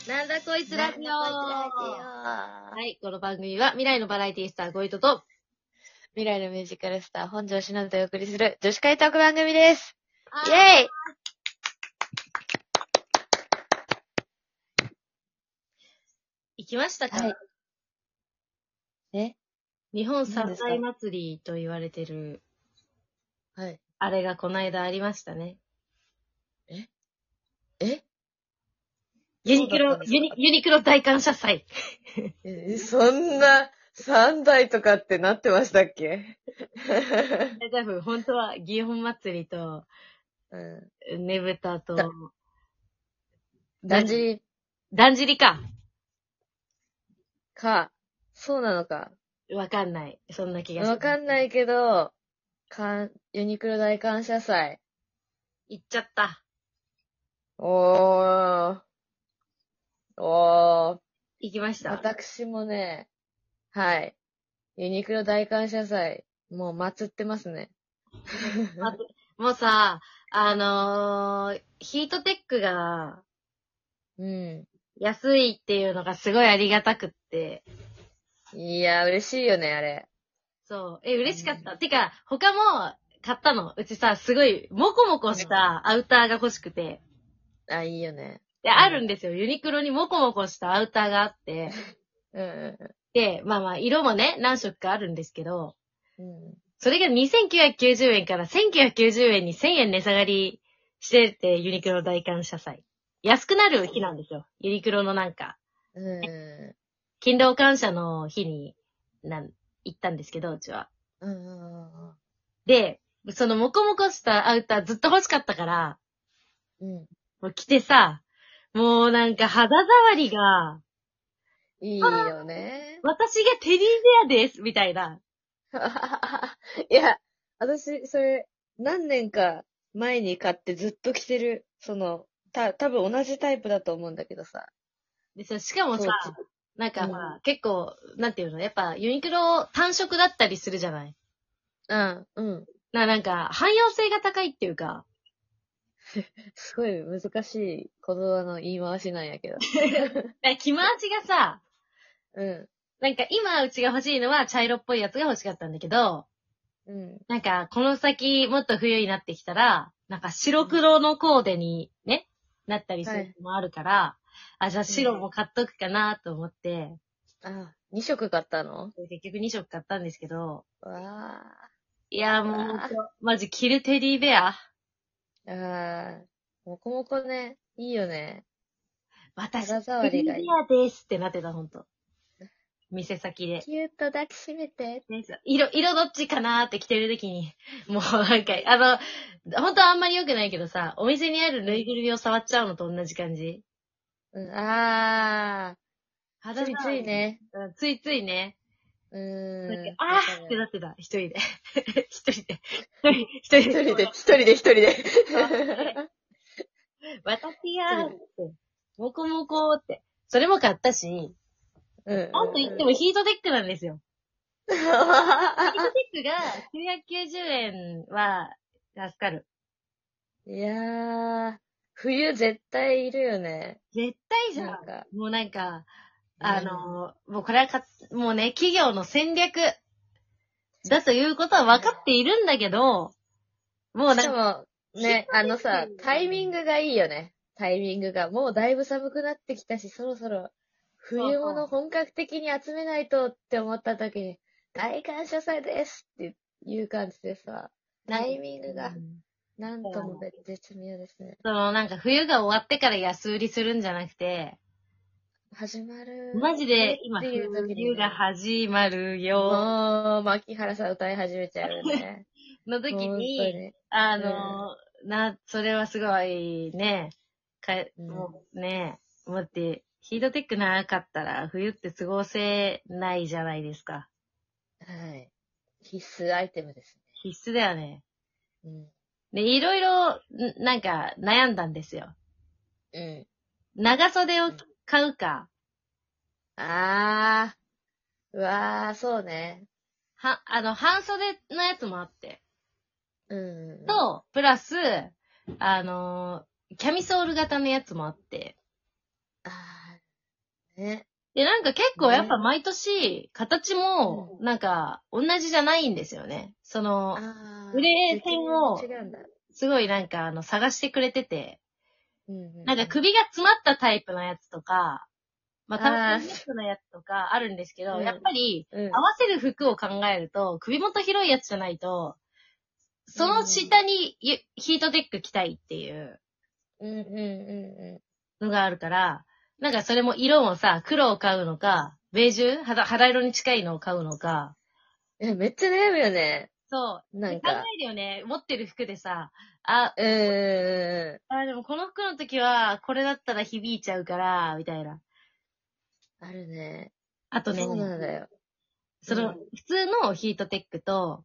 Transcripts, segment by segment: イスラジオはい、この番組は未来のバラエティスターゴイトと、未来のミュージカルスター、本庄しのぶとお送りする女子会トーク番組です。イェイーイ行きましたか、はいえ日本三大祭りと言われてる、はい。あれがこの間ありましたね。えユニクそうだロったん、ですかユニユニクロ大感謝祭。えそんな、三代とかってなってましたっけ多分、本当は、祇園祭りと、うん。ねぶたとだ、だんじりだんじりか。か、そうなのか。わかんない。そんな気がわかい。んないけど、かん、ユニクロ大感謝祭。行っちゃった。おー。おー。行きました。私もね、はい。ユニクロ大感謝祭、もう祭ってますね。もうさ、あのーヒートテックがう安いっていうのがすごいありがたくって。ん。いや、嬉しいよね、あれ。そう。え、嬉しかった。てか、他も買ったの。うちさ、すごい、もこもこしたアウターが欲しくて。あ、いいよね。で、あるんですよ。ユニクロにもこもこしたアウターがあって。うんうで、まあまあ、色もね、何色かあるんですけど、んうん。それが2990円から1990円に1000円値下がりしてて、ユニクロ大感謝祭。安くなる日なんですよ。ユニクロのなんか。うん。う勤労感謝の日に、なん、行ったんですけど、うちは。ん。うんうんで、そのもこもこしたアウターずっと欲しかったから、うん。うもう着てさ、もうなんか肌触りが、ん。いいよね。私がテディベアですみたいな。いや、私、それ、何年か前に買ってずっと着てる、その、た、多分同じタイプだと思うんだけどさ。でさしかもさ、そうなんかまあ、結構、なんていうの、やっぱユニクロ単色だったりするじゃないうん、うん。な、なんか、汎用性が高いっていうか、すごい難しい言葉の言い回しなんやけど。なんか着回しがさ、うん。なんか今うちが欲しいのは茶色っぽいやつが欲しかったんだけど、うん。なんか、この先、もっと冬になってきたら、なんか白黒のコーデにね、なったりするのもあるから、あ、じゃあ白も買っとくかなと思って、あ、2色買ったの結局2色買ったんですけど、わいやーもううわーほんと、マジ着るテディベアあ。ああ。もこもこね、いいよね。私、テ肌触ディりベがいいアですってなってた、ほんと。店先で。キュート抱きしめて。ね色、色どっちかなーって着てる時に、もうなんか、あの、本当はあんまり良くないけどさ、お店にあるぬいぐるみを触っちゃうのと同じ感じ。うん、ああ。肌つい触つりい。ね。うんついついね。うーなんかん。あーってなってた、一人で。 一人で。一人一一人人でで、。一人で、一人で。私が、ってもこもこって。それも買ったし、うん。なんと言ってもヒートテックなんですよ。ヒートテックが990円は助かる。いやー、冬絶対いるよね。絶対じゃんな。んか。もうなんか、あの、もうこれはか、もうね、企業の戦略だということは分かっているんだけど、もうなしんかか、も、ね、あのさ、タイミングがいいよね。タイミングが。もうだいぶ寒くなってきたし、そろそろ、冬そうそ物う本格的に集めないとって思った時に、大感謝祭ですっていう感じでさ、タイミングが、なんとも別絶妙ですね。そのなんか冬が終わってから安売りするんじゃなくて、始まる。マジで今っていう時に冬が始まるよもう、牧原さん歌い始めちゃうよ ね。の時本当に、に。あの、な、それはすごいね、かもうね、待って、ヒートテックなかったら冬って過ごせないじゃないですか。はい。必須アイテムです必須だよね。ね。うん。で、いろいろ、んなんか、悩んだんですよ。うん。長袖を買うか、あー。うわー、そうね。は、あの、半袖のやつもあって。うん。と、プラス、あのーキャミソール型のやつもあって。あーね。で、なんか結構やっぱ毎年、形も、なんか、同じじゃないんですよね。その、あグレー線を絶対違うんだ。すごいなんか、あの、探してくれてて、うんうなんか首が詰まったタイプのやつとか、まあ、あータイプのやつとかあるんですけど、うんやっぱり、うん合わせる服を考えると、首元広いやつじゃないと、その下にゆヒートテック着たいっていううんうんうのがあるから、なんかそれも色もさ、黒を買うのか、ベージュ肌肌色に近いのを買うのか、んうん。え、めっちゃ悩むよね。そう。な考んか。えるよね。持ってる服でさ、あ、うんうあでもこの服の時は、これだったら響いちゃうから、みたいな。んうん。あるね。あとね、そうなんだよ。その、うん普通のヒートテックと、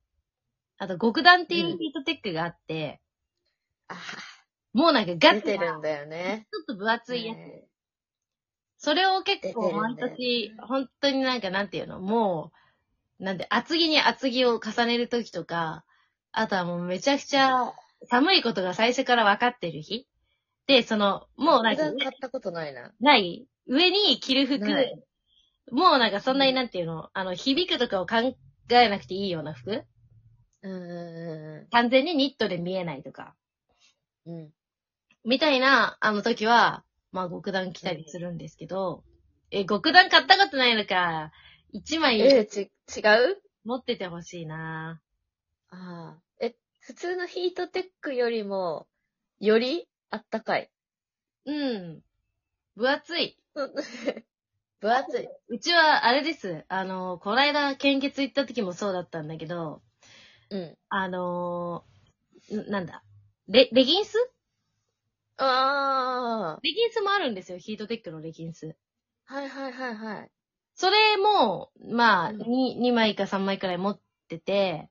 あと極暖っていうヒートテックがあって、あもうなんかーガ出ッててな、ちるんだよね。ょっと分厚いやつ。ねそれを結構出てる毎んだよ年、本当になんかなんていうの、もう、なんで、厚着に厚着を重ねる時とか、あとはもうめちゃくちゃ寒いことが最初から分かってる日で、その、もうなん普か、段買ったことないな。ない上に着る服ない、もうなんかそんなにうんなんていうの、あの、響くとかを考えなくていいような服うんう完全にニットで見えないとか、んうんうん。うん。みたいな、あの時は、まあ、極段着たりするんですけど、え、極段買ったことないのか、一枚え、ち、違う持っててほしいなああ。え、普通のヒートテックよりも、よりあったかい。うん。分厚い。分厚い。うちは、あれです。あの、こないだ献血行った時もそうだったんだけど、うん。あのんなんだ。レ、レギンスあレギンスもあるんですよ。ヒートテックのレギンス。あ。はいはいはいはい。それも、まあ、うんに2枚か3枚くらい持ってて、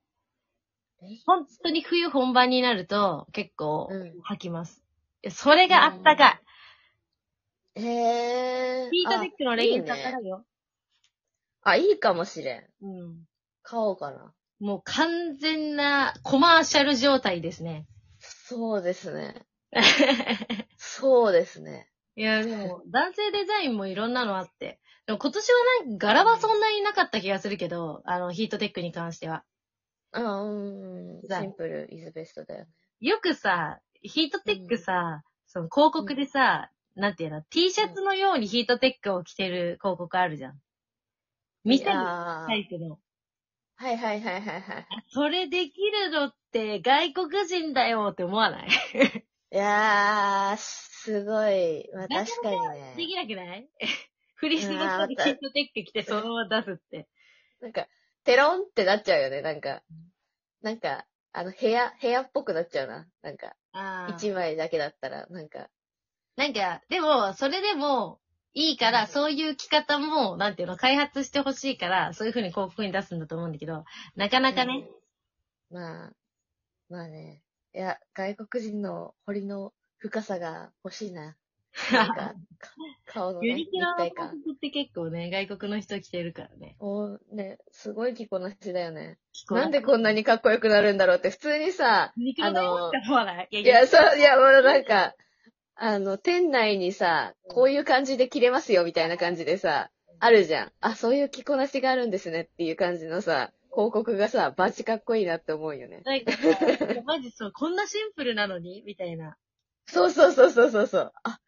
え本当に冬本番になると結構うん履きます。いやそれがあったかへえい。。ヒートテックのレギンスああっいいたかねいよ。あ、いいかもしれん。うん。買おうかな。もう完全なコマーシャル状態ですね。そうですね。そうですね。いや、でも、男性デザインもいろんなのあって。でも今年はなんか柄はそんなになかった気がするけど、あの、ヒートテックに関しては。ああ、うん。だシンプルイズベストだよ。よくさ、ヒートテックさ、その広告でさ、なんていうの、T シャツのようにヒートテックを着てる広告あるじゃん。見せるああタイプの。はいはいはいはいはい。それできるのって外国人だよって思わないいやー、すごい。まあなかなか確かにでね。きなく ない振り絞ったりヒートテック着てそのまま出すって。なんか、テロンってなっちゃうよね。なんか、なんか、あの、部屋、部屋っぽくなっちゃうな。なんか、あー一枚だけだったら、なんか、なんか、でも、それでも、いいから、うんそういう着方も、なんていうの、開発してほしいから、そういう風に広告に出すんだと思うんだけど、なかなかね、うん。まあ、まあね。いや、外国人の彫りの深さが欲し いな。なんか、か顔の、ユニね、立クロの体広感。告って結構ね、外国の人着てるからね。もうね、すごい着こなしだよね。聞こえなんでこんなにかっこよくなるんだろうって、普通にさ、ユニクロだよって思わないいいや、そう、いや、俺なんか、あの、店内にさ、こういう感じで着れますよ、みたいな感じでさ、あるじゃん。あ、そういう着こなしがあるんですねっていう感じのさ、広告がさ、バチかっこいいなって思うよね。なんかさ、マジそう、こんなシンプルなのにみたいな。そうそうそうそうそうそう。あ、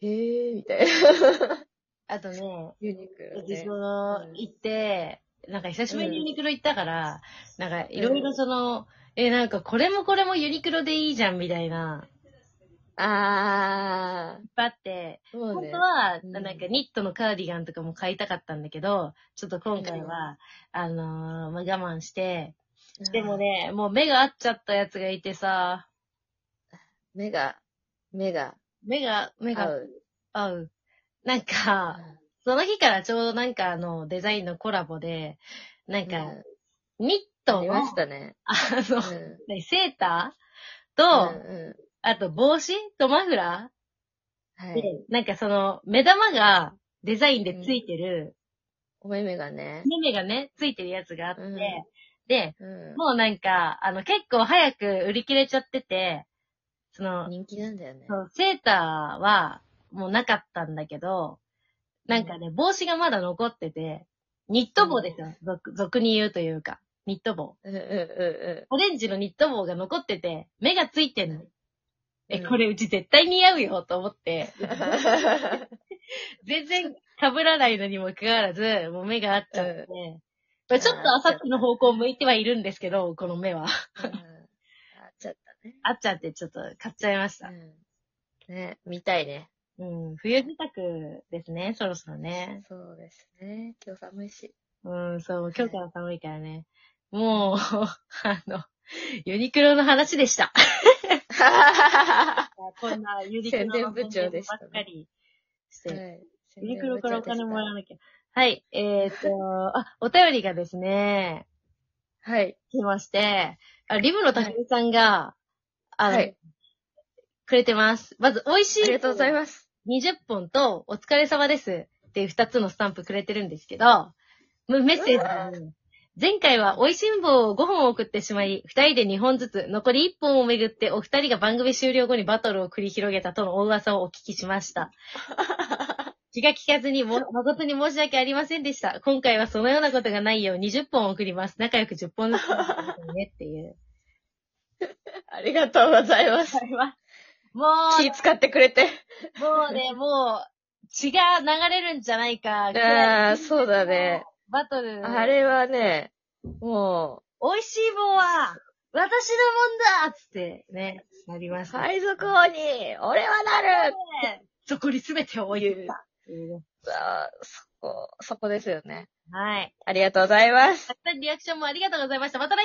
へえー、みたいな。あとね、ユニクロ、私ね。もうん行って、なんか久しぶりにうんユニクロ行ったから、なんかいろいろその、え、なんかこれもこれもユニクロでいいじゃんみたいな、あいっぱいあって、ー、そう本ね当。は、うんなんかニットのカーディガンとかも買いたかったんだけど、ちょっと今回は、あのーまあ、我慢して、でもね、もう目が合っちゃったやつがいてさ、うん。目が、目が目が、目合がう。合う。なんか、その日からちょうどなんかあの、デザインのコラボで、なんか、うんニッあトりの、ましたね。あうの、ん。何セーターうと、んあと帽子とマフラうん。ー、はでい。なんかその、目玉がデザインでついてる、お目目がね。目目がね、ついてるやつがあって、うんで、うん。もうなんか、あの、結構早く売り切れちゃってて、その、人気なんだよねそ。のセーターはもうなかったんだけど、なんかね、帽子がまだ残ってて、ニット帽ですよ。俗俗に言うというか、ニット帽。うんうんうオレンジのニット帽が残ってて、目がついてんの。え、うんこれうち絶対似合うよと思って、全然被らないのにもかかわらず、もう目が合っちゃって、まあちょっとあさっての方向を向いてはいるんですけど、この目は。ん。うんあちょっとね。合っちゃってちょっと買っちゃいました。うんね、見たいね。うん、冬支度ですね、そろそろね。そうですね。今日寒い し。うん、そう、今日から寒いからね。もう、 あの、ユニクロの話でした。はこんなユニクロの宣伝宣伝部長でしたねばっかりして。いユニクロからお金もらわなきゃ。はい、えー、っ と、あ、お便りがですね、はい。来まして、あリブのたけみさんが、あの、はい。くれてます。まず、美味しい。ありがとうございす。ます。 20本と、お疲れ様です。っていう2つのスタンプくれてるんですけど、むメッセージに、前回は美味しん棒を5本送ってしまい、2人で2本ずつ、残り1本をめぐってお二人が番組終了後にバトルを繰り広げたとの大噂をお聞きしま した。気が利かずにも、誠に申し訳ありませんでした。今回はそのようなことがないよう20本送ります。仲良く10本ずつ送ってくださいねって いう。ありがとうございます。も気使ってくれて。う、もうね、もう、血が流れるんじゃないか。ああ、そうだね。バトル。あれはね、も美味しい棒は、私のもんだっつって、ね、なりまう、した。海賊王に、俺はなるそこに全てを置いてた。あーそこ、そこですよね。はい。ありがとうございます。たくさんリアクションもありがとうございました。また来週